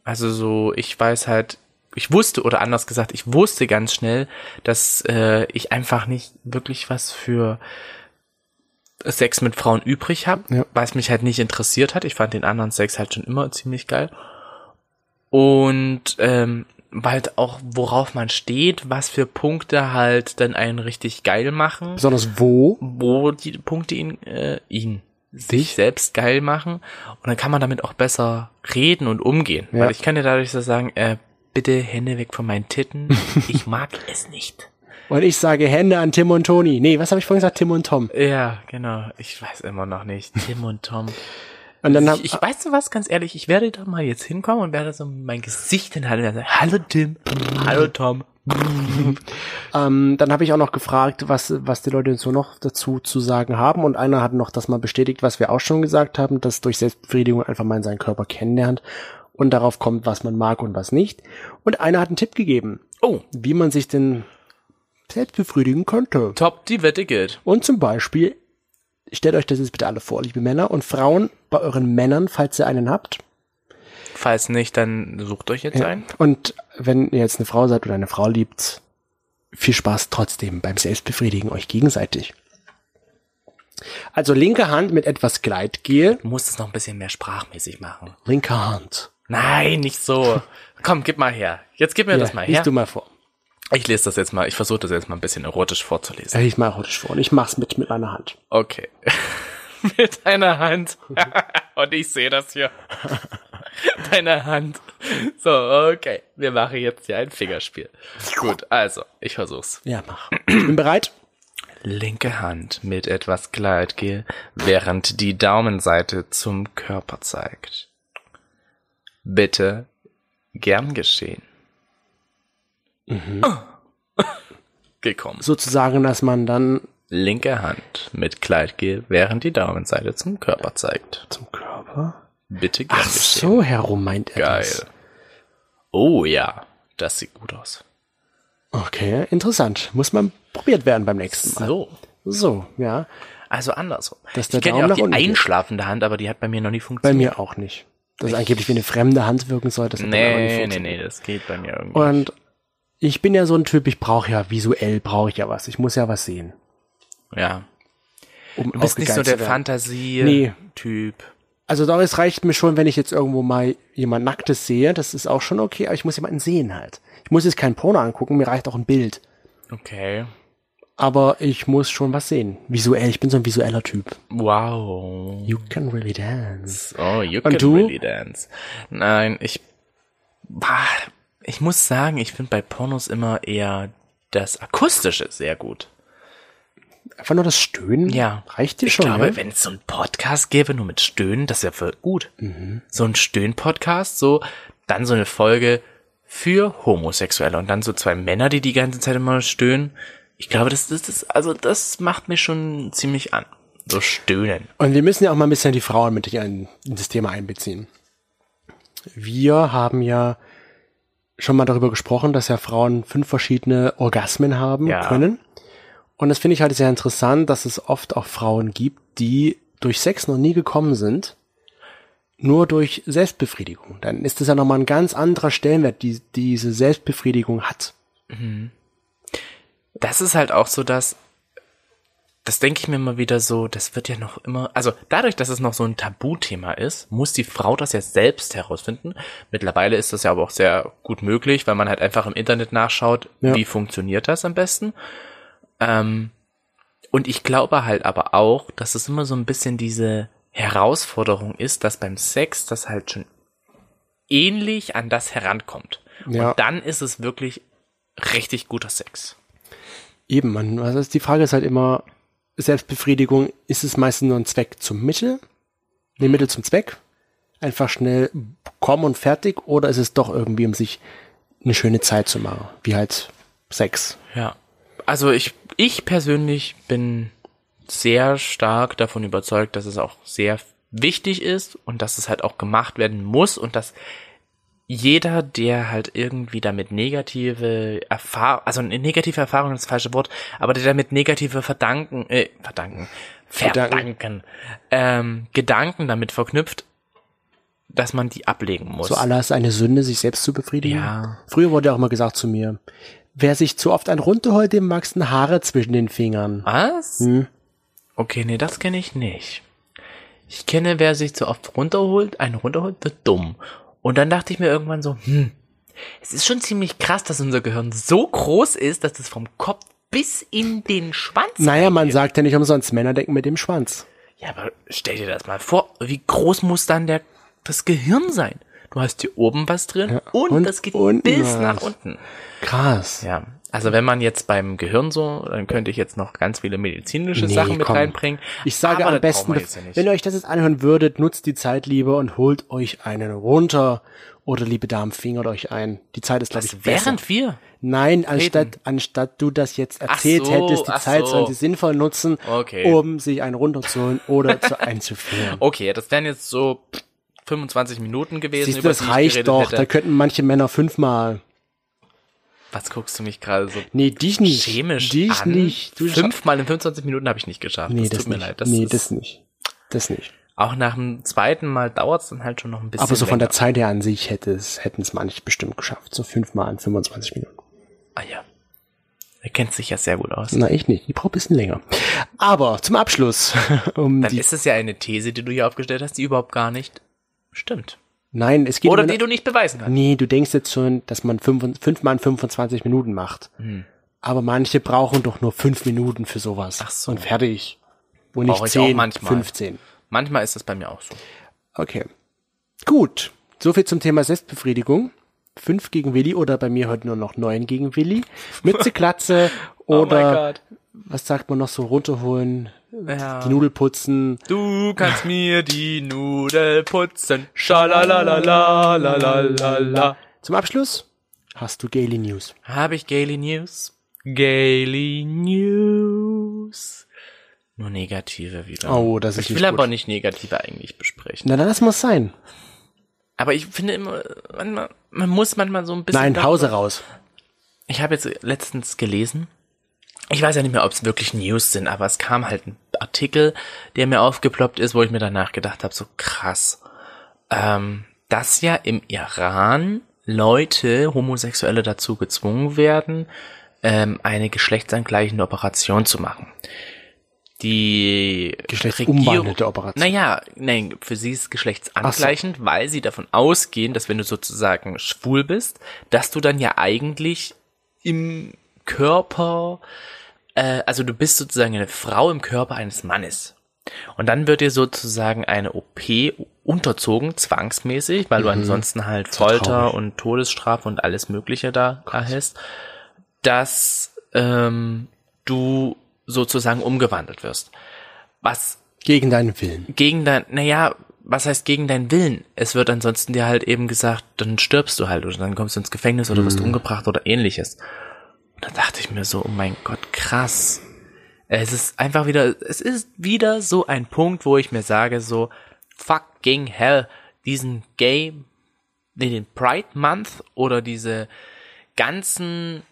S2: Also so, ich weiß halt, ich wusste oder anders gesagt, ich wusste ganz schnell, dass äh, ich einfach nicht wirklich was für Sex mit Frauen übrig habe,
S1: Ja.
S2: weil es mich halt nicht interessiert hat. Ich fand den anderen Sex halt schon immer ziemlich geil. Und ähm, halt auch, worauf man steht, was für Punkte halt dann einen richtig geil machen
S1: Besonders wo?
S2: wo die Punkte ihn, äh, ihn sich selbst geil machen und dann kann man damit auch besser reden und umgehen.
S1: Ja.
S2: Weil ich kann ja dadurch so sagen, äh, bitte Hände weg von meinen Titten, ich mag es nicht.
S1: Und ich sage Hände an Tim und Toni. Nee, was habe ich vorhin gesagt? Tim und Tom.
S2: Ja, genau. Ich weiß immer noch nicht. Tim und Tom.
S1: Und dann hab-
S2: Ich, ich weiß du was, ganz ehrlich, ich werde da mal jetzt hinkommen und werde so mein Gesicht hinhalten und sagen, hallo Tim, hallo Tom.
S1: Ähm, dann habe ich auch noch gefragt, was, was die Leute so noch dazu zu sagen haben. Und einer hat noch das mal bestätigt, was wir auch schon gesagt haben, dass durch Selbstbefriedigung einfach mal seinen Körper kennenlernt und darauf kommt, was man mag und was nicht. Und einer hat einen Tipp gegeben,
S2: Oh,
S1: wie man sich denn selbst befriedigen könnte.
S2: top, die Wette gilt.
S1: Und zum Beispiel, stellt euch das jetzt bitte alle vor, liebe Männer und Frauen, bei euren Männern, falls ihr einen habt.
S2: Falls nicht, dann sucht euch jetzt ein.
S1: Und wenn ihr jetzt eine Frau seid oder eine Frau liebt, viel Spaß trotzdem beim Selbstbefriedigen euch gegenseitig. Also linke Hand mit etwas Gleitgel,
S2: Du musst es noch ein bisschen mehr sprachmäßig machen.
S1: linke Hand.
S2: Nein, nicht so. Komm, gib mal her. Jetzt gib mir das mal
S1: lies
S2: her.
S1: du mal vor.
S2: Ich lese das jetzt mal. Ich versuche das jetzt mal ein bisschen erotisch vorzulesen.
S1: Ja, Ich mal erotisch vor und ich mach's mit, mit meiner Hand.
S2: Okay. Mit deiner Hand. Und ich sehe das hier. Deine Hand. So, okay. Wir machen jetzt hier ein Fingerspiel. Gut, also, ich versuch's.
S1: Ja, mach. Ich bin bereit.
S2: Linke Hand mit etwas Gleitgel, während die Daumenseite zum Körper zeigt. Bitte gern geschehen.
S1: Mhm.
S2: Ah. Gekommen.
S1: Sozusagen, dass man dann
S2: Linke Hand mit Gleitgel, während die Daumenseite zum Körper zeigt.
S1: zum Körper.
S2: Bitte gern
S1: Ach
S2: geschehen.
S1: so herum meint er
S2: Geil.
S1: das.
S2: Oh ja, das sieht gut aus.
S1: Okay, interessant. Muss man probiert werden beim nächsten Mal.
S2: So.
S1: So, ja.
S2: Also andersrum.
S1: Dass der
S2: ich kenne
S1: Daumen
S2: ja auch
S1: nach
S2: die
S1: unten geht.
S2: einschlafende Hand, aber die hat bei mir noch nie
S1: Bei
S2: funktioniert.
S1: mir auch nicht. das angeblich wie eine fremde Hand wirken soll. Das hat dann aber nicht
S2: Nee, nee,
S1: funktioniert.
S2: nee, das geht bei mir irgendwie.
S1: Und ich bin ja so ein Typ, ich brauche ja visuell, brauche ich ja was. Ich muss ja was sehen.
S2: ja.
S1: Um
S2: Du bist nicht so der
S1: Nee.
S2: Fantasie-Typ.
S1: Also Doris reicht mir schon, wenn ich jetzt irgendwo mal jemand Nacktes sehe. Das ist auch schon okay, aber ich muss jemanden sehen halt. Ich muss jetzt kein Porno angucken, mir reicht auch ein Bild.
S2: Okay.
S1: Aber ich muss schon was sehen. Visuell, ich bin so ein visueller Typ.
S2: Wow.
S1: You can really dance.
S2: Oh, you
S1: Und
S2: can
S1: du?
S2: really dance. Nein, ich. Bah, Ich muss sagen, ich finde bei Pornos immer eher das Akustische sehr gut.
S1: Einfach nur das Stöhnen
S2: Ja.
S1: Hm, reicht dir
S2: ich
S1: schon. ne?
S2: glaube,
S1: ja?
S2: wenn es so einen Podcast gäbe, nur mit Stöhnen, das wäre voll gut.
S1: Mhm.
S2: So ein Stöhn-Podcast, so, dann so eine Folge für Homosexuelle und dann so zwei Männer, die die ganze Zeit immer stöhnen. Ich glaube, das, das, das, also das macht mir schon ziemlich an. So stöhnen.
S1: Und wir müssen ja auch mal ein bisschen die Frauen mit in, in das Thema einbeziehen. Wir haben ja schon mal darüber gesprochen, dass ja Frauen fünf verschiedene Orgasmen haben
S2: Ja.
S1: können. Und das finde ich halt sehr interessant, dass es oft auch Frauen gibt, die durch Sex noch nie gekommen sind, nur durch Selbstbefriedigung. Dann ist das ja nochmal ein ganz anderer Stellenwert, die diese Selbstbefriedigung hat.
S2: Das ist halt auch so, dass, das denke ich mir immer wieder so, das wird ja noch immer, also dadurch, dass es noch so ein Tabuthema ist, muss die Frau das ja selbst herausfinden. Mittlerweile ist das ja aber auch sehr gut möglich, weil man halt einfach im Internet nachschaut,
S1: Ja.
S2: wie funktioniert das am besten. Ähm, und ich glaube halt aber auch, dass es immer so ein bisschen diese Herausforderung ist, dass beim Sex das halt schon ähnlich an das herankommt.
S1: Ja.
S2: Und dann ist es wirklich richtig guter Sex.
S1: Eben, man, also die Frage ist halt immer, Selbstbefriedigung, ist es meistens nur ein Zweck zum Mittel? Ne, Mittel zum Zweck? Einfach schnell kommen und fertig? Oder ist es doch irgendwie, um sich eine schöne Zeit zu machen? Wie halt Sex.
S2: Ja. Also ich, ich persönlich bin sehr stark davon überzeugt, dass es auch sehr wichtig ist und dass es halt auch gemacht werden muss und dass jeder, der halt irgendwie damit negative Erfahrung, also eine negative Erfahrung ist das falsche Wort, aber der damit negative Verdanken, äh, Verdanken,
S1: Verdanken.
S2: Verdanken, ähm, Gedanken damit verknüpft, dass man die ablegen muss.
S1: So Allah ist eine Sünde, sich selbst zu befriedigen.
S2: Ja.
S1: Früher wurde auch immer gesagt zu mir, wer sich zu oft ein runterholt, dem wachsen Haare zwischen den Fingern.
S2: Was?
S1: Hm.
S2: Okay, nee, das kenne ich nicht. Ich kenne, wer sich zu oft runterholt, einen runterholt, wird dumm. Und dann dachte ich mir irgendwann so, hm, es ist schon ziemlich krass, dass unser Gehirn so groß ist, dass es vom Kopf bis in den Schwanz.
S1: Naja, man
S2: reingeht.
S1: sagt ja nicht umsonst, Männer denken mit dem Schwanz.
S2: Ja, aber stell dir das mal vor, wie groß muss dann der, das Gehirn sein? Du hast hier oben was drin und,
S1: und
S2: das geht
S1: unten
S2: bis
S1: was.
S2: nach unten.
S1: Krass.
S2: Ja, also wenn man jetzt beim Gehirn so, dann könnte ich jetzt noch ganz viele medizinische
S1: Nee,
S2: Sachen mit
S1: komm.
S2: reinbringen.
S1: Ich sage
S2: aber
S1: am
S2: das
S1: besten,
S2: brauchen wir jetzt ja nicht.
S1: wenn ihr euch das jetzt anhören würdet, nutzt die Zeit lieber und holt euch einen runter. Oder liebe Damen, fingert euch ein. Die Zeit ist, glaube ich, besser.
S2: Während wir?
S1: Nein, anstatt, anstatt du das jetzt erzählt
S2: so,
S1: hättest, die
S2: ach
S1: Zeit
S2: so.
S1: sollen sie sinnvoll nutzen,
S2: Okay.
S1: um sich einen runterzuholen oder zu einzuführen.
S2: Okay, das wären jetzt so 25 Minuten gewesen.
S1: Siehst du, das
S2: die ich
S1: reicht
S2: geredet
S1: doch. Da
S2: Hätte.
S1: könnten manche Männer fünfmal.
S2: Was guckst du mich gerade so
S1: Nee, dich nicht.
S2: chemisch
S1: Dich
S2: an?
S1: nicht. Du scha-
S2: Fünfmal in 25 Minuten habe ich nicht geschafft.
S1: Nee,
S2: das,
S1: das,
S2: tut mir
S1: nicht.
S2: leid. Das
S1: nee,
S2: ist,
S1: das nicht. Das nicht.
S2: auch nach dem zweiten Mal dauert es dann halt schon noch ein bisschen
S1: Aber so von
S2: länger.
S1: der Zeit her an sich hätte es, hätten es manche bestimmt geschafft. So fünfmal in 25 Minuten.
S2: Ah ja. Er kennt sich ja sehr gut aus.
S1: Na, ich nicht. Ich brauche ein bisschen länger. Aber zum Abschluss, um
S2: Dann
S1: die.
S2: ist es ja eine These, die du hier aufgestellt hast, die überhaupt gar nicht stimmt.
S1: Nein, es geht.
S2: Oder
S1: immer-
S2: die du nicht beweisen kannst.
S1: nee, du denkst jetzt schon, dass man fünf, fünfmal in 25 Minuten macht.
S2: Hm.
S1: Aber manche brauchen doch nur fünf Minuten für sowas.
S2: Ach so.
S1: Und fertig. Und nicht
S2: Brauche ich auch
S1: zehn,
S2: manchmal.
S1: 15.
S2: Manchmal ist das bei mir auch so.
S1: Okay. Gut. So viel zum Thema Selbstbefriedigung. Fünf gegen Willi oder bei mir heute nur noch neun gegen Willi. Mütze, Klatze
S2: Oh
S1: oder was sagt man noch so runterholen,
S2: Ja.
S1: die Nudel putzen.
S2: Du kannst mir die Nudel putzen. Schalalalalalalalala.
S1: Zum Abschluss hast du Gaily News.
S2: Habe ich Gaily News? Gaily News. Nur negative wieder.
S1: Oh, das ist
S2: ich will
S1: nicht
S2: aber
S1: gut.
S2: nicht negative eigentlich besprechen.
S1: Na, dann lassen wir es sein.
S2: Aber ich finde immer, man, man muss manchmal so ein bisschen.
S1: Nein, Hause raus.
S2: Ich habe jetzt letztens gelesen, ich weiß ja nicht mehr, ob es wirklich News sind, aber es kam halt ein Artikel, der mir aufgeploppt ist, wo ich mir danach gedacht habe, so krass. Ähm, dass ja im Iran Leute, Homosexuelle dazu gezwungen werden, ähm, eine geschlechtsangleichende Operation zu machen. Die Regierung,
S1: Geschlechtsumwandelte Operation.
S2: naja, nein, für sie ist geschlechtsangleichend, weil sie davon ausgehen, dass wenn du sozusagen schwul bist, dass du dann ja eigentlich im Körper, äh, also du bist sozusagen eine Frau im Körper eines Mannes. Und dann wird dir sozusagen eine OP unterzogen, zwangsmäßig, weil du ansonsten halt Folter
S1: traurig.
S2: und Todesstrafe und alles Mögliche da hast, dass ähm, du sozusagen umgewandelt wirst. Was
S1: Gegen deinen Willen.
S2: gegen dein, naja, was heißt gegen deinen Willen? Es wird ansonsten dir halt eben gesagt, dann stirbst du halt oder dann kommst du ins Gefängnis oder wirst umgebracht oder ähnliches. Und da dachte ich mir so, oh mein Gott, krass. Es ist einfach wieder, es ist wieder so ein Punkt, wo ich mir sage so, fucking hell, diesen Gay, nee, den Pride Month oder diese ganzen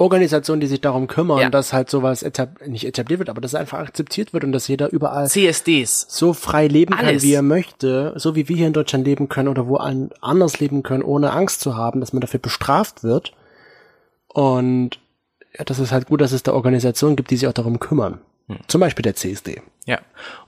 S1: Organisationen, die sich darum kümmern,
S2: Ja.
S1: dass halt sowas etab nicht etabliert wird, aber dass es einfach akzeptiert wird und dass jeder überall
S2: CSDs,
S1: so frei leben kann,
S2: Alles.
S1: wie er möchte, so wie wir hier in Deutschland leben können oder wo an- anders leben können, ohne Angst zu haben, dass man dafür bestraft wird. Und ja, das ist halt gut, dass es da Organisationen gibt, die sich auch darum kümmern. Zum Beispiel der CSD,
S2: ja.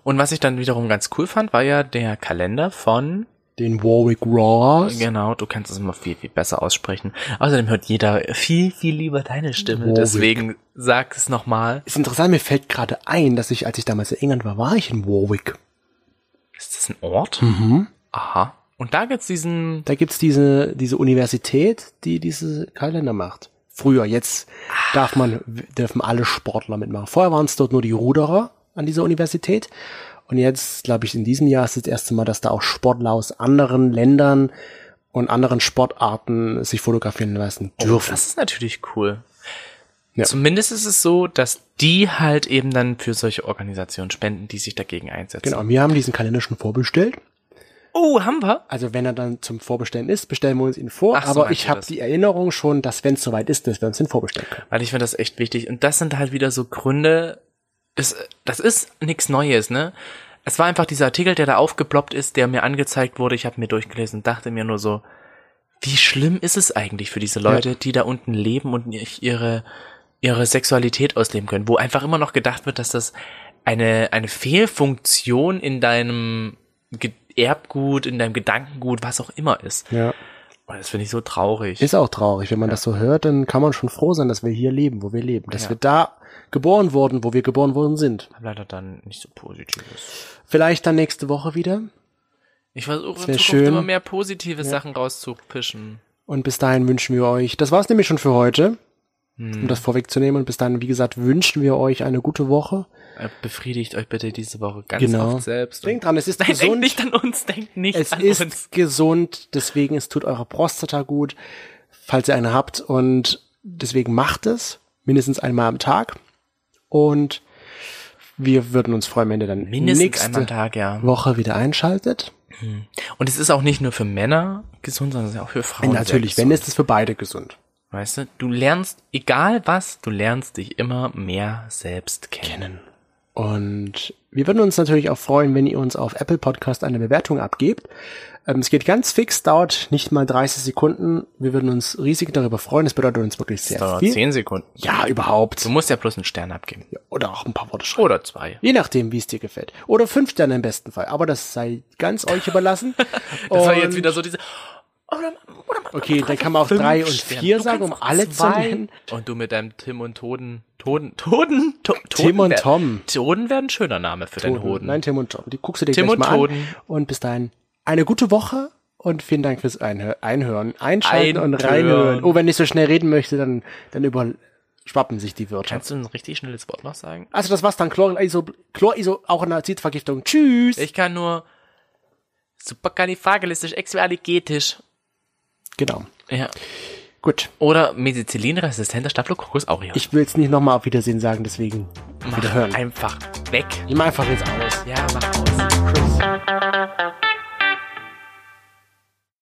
S2: Und was ich dann wiederum ganz cool fand, war ja der Kalender von
S1: den Warwick Roars.
S2: Genau, du kannst es immer viel, viel besser aussprechen. Außerdem hört jeder viel, viel lieber deine Stimme.
S1: Warwick.
S2: Deswegen sag es nochmal.
S1: Ist interessant, mir fällt gerade ein, dass ich, als ich damals in England war, war ich in Warwick.
S2: Ist das ein Ort? Mhm. Aha. Und da gibt's diesen.
S1: Da gibt's diese, diese Universität, die diese Kalender macht. Früher, jetzt darf man, dürfen alle Sportler mitmachen. Vorher waren es dort nur die Ruderer an dieser Universität. Und jetzt, glaube ich, in diesem Jahr ist das erste Mal, dass da auch Sportler aus anderen Ländern und anderen Sportarten sich fotografieren lassen dürfen.
S2: Das ist natürlich cool.
S1: Ja.
S2: Zumindest ist es so, dass die halt eben dann für solche Organisationen spenden, die sich dagegen einsetzen.
S1: genau, wir haben diesen Kalender schon vorbestellt.
S2: Oh, haben wir?
S1: Also wenn er dann zum Vorbestellen ist, bestellen wir uns ihn vor.
S2: Ach so,
S1: aber
S2: meinst
S1: ich
S2: du
S1: habe
S2: das?
S1: die Erinnerung schon, dass wenn es soweit ist, dass wir uns den vorbestellen können.
S2: Weil ich finde das echt wichtig. Und das sind halt wieder so Gründe. Das, das ist nichts Neues, ne? Es war einfach dieser Artikel, der da aufgeploppt ist, der mir angezeigt wurde. Ich habe mir durchgelesen und dachte mir nur so, wie schlimm ist es eigentlich für diese Leute, die da unten leben und nicht ihre, ihre Sexualität ausleben können, wo einfach immer noch gedacht wird, dass das eine, eine Fehlfunktion in deinem Ge- Erbgut, in deinem Gedankengut, was auch immer ist.
S1: Ja.
S2: Und das finde ich so traurig.
S1: Ist auch traurig, wenn man das so hört, dann kann man schon froh sein, dass wir hier leben, wo wir leben, dass wir da geboren wurden, wo wir geboren worden sind.
S2: Leider dann nicht so positives.
S1: Vielleicht dann nächste Woche wieder
S2: Ich versuche in
S1: wär
S2: Zukunft
S1: schön.
S2: immer mehr positive Sachen rauszupischen.
S1: und bis dahin wünschen wir euch, das war's nämlich schon für heute, um das vorwegzunehmen und bis dahin, wie gesagt, wünschen wir euch eine gute Woche.
S2: Äh, Befriedigt euch bitte diese Woche ganz
S1: Genau.
S2: oft selbst.
S1: Denkt dran, es ist
S2: Nein, denkt
S1: gesund.
S2: nicht an uns, denkt nicht
S1: Es
S2: an
S1: ist
S2: uns.
S1: gesund, deswegen es tut eurer Prostata gut, falls ihr eine habt und deswegen macht es mindestens einmal am Tag und wir würden uns freuen, wenn ihr dann
S2: Mindestens
S1: nächste
S2: einmal am Tag, ja.
S1: Woche wieder einschaltet.
S2: Und es ist auch nicht nur für Männer gesund, sondern es ist auch für Frauen.
S1: Und natürlich,
S2: sehr
S1: wenn
S2: gesund.
S1: ist es für beide gesund.
S2: Weißt du, du lernst, egal was, du lernst dich immer mehr selbst kennen.
S1: Und wir würden uns natürlich auch freuen, wenn ihr uns auf Apple Podcast eine Bewertung abgebt. Ähm, es geht ganz fix, dauert nicht mal 30 Sekunden. Wir würden uns riesig darüber freuen. Das bedeutet uns wirklich sehr
S2: Dauert
S1: viel.
S2: zehn Sekunden.
S1: Ja, überhaupt.
S2: Du musst ja bloß einen Stern abgeben.
S1: Oder auch ein paar Worte schreiben.
S2: Oder zwei.
S1: Je nachdem, wie es dir gefällt. Oder fünf Sterne im besten Fall. Aber das sei ganz euch überlassen.
S2: Das war
S1: Und-
S2: jetzt wieder so diese. oh, Oder, oder,
S1: Okay, dann kann man auch drei und
S2: Sterne.
S1: vier
S2: Du
S1: sagen, um
S2: kannst auch
S1: alle zu
S2: zwei.
S1: nennen.
S2: Und du mit deinem Tim und Toden. Toden. Toden. To, Toden
S1: Tim und
S2: wär-
S1: Tom.
S2: Toden wäre ein schöner Name für deinen Hoden.
S1: Nein, Tim und Tom. Die guckst du dir
S2: Tim
S1: gleich
S2: und
S1: mal
S2: Toden.
S1: an. Und bis dahin eine gute Woche und vielen Dank fürs Einhö Einhören, Einschalten und
S2: Einhören.
S1: Reinhören. Oh, wenn ich so schnell reden möchte, dann, dann überschwappen sich die Wirtschaft.
S2: Kannst du ein richtig schnelles Wort noch sagen?
S1: Also das war's dann. Chloriso, Chloriso, auch eine Azidvergiftung. Tschüss.
S2: Ich kann nur supercalifragilistisch, exualigetisch.
S1: genau.
S2: Ja.
S1: Gut.
S2: Oder medizinresistenter Staphylococcus aureus.
S1: Ich will jetzt nicht nochmal auf Wiedersehen sagen, deswegen
S2: mach
S1: wiederhören.
S2: einfach weg.
S1: Nimm einfach jetzt aus.
S2: Ja, mach aus.
S1: Tschüss.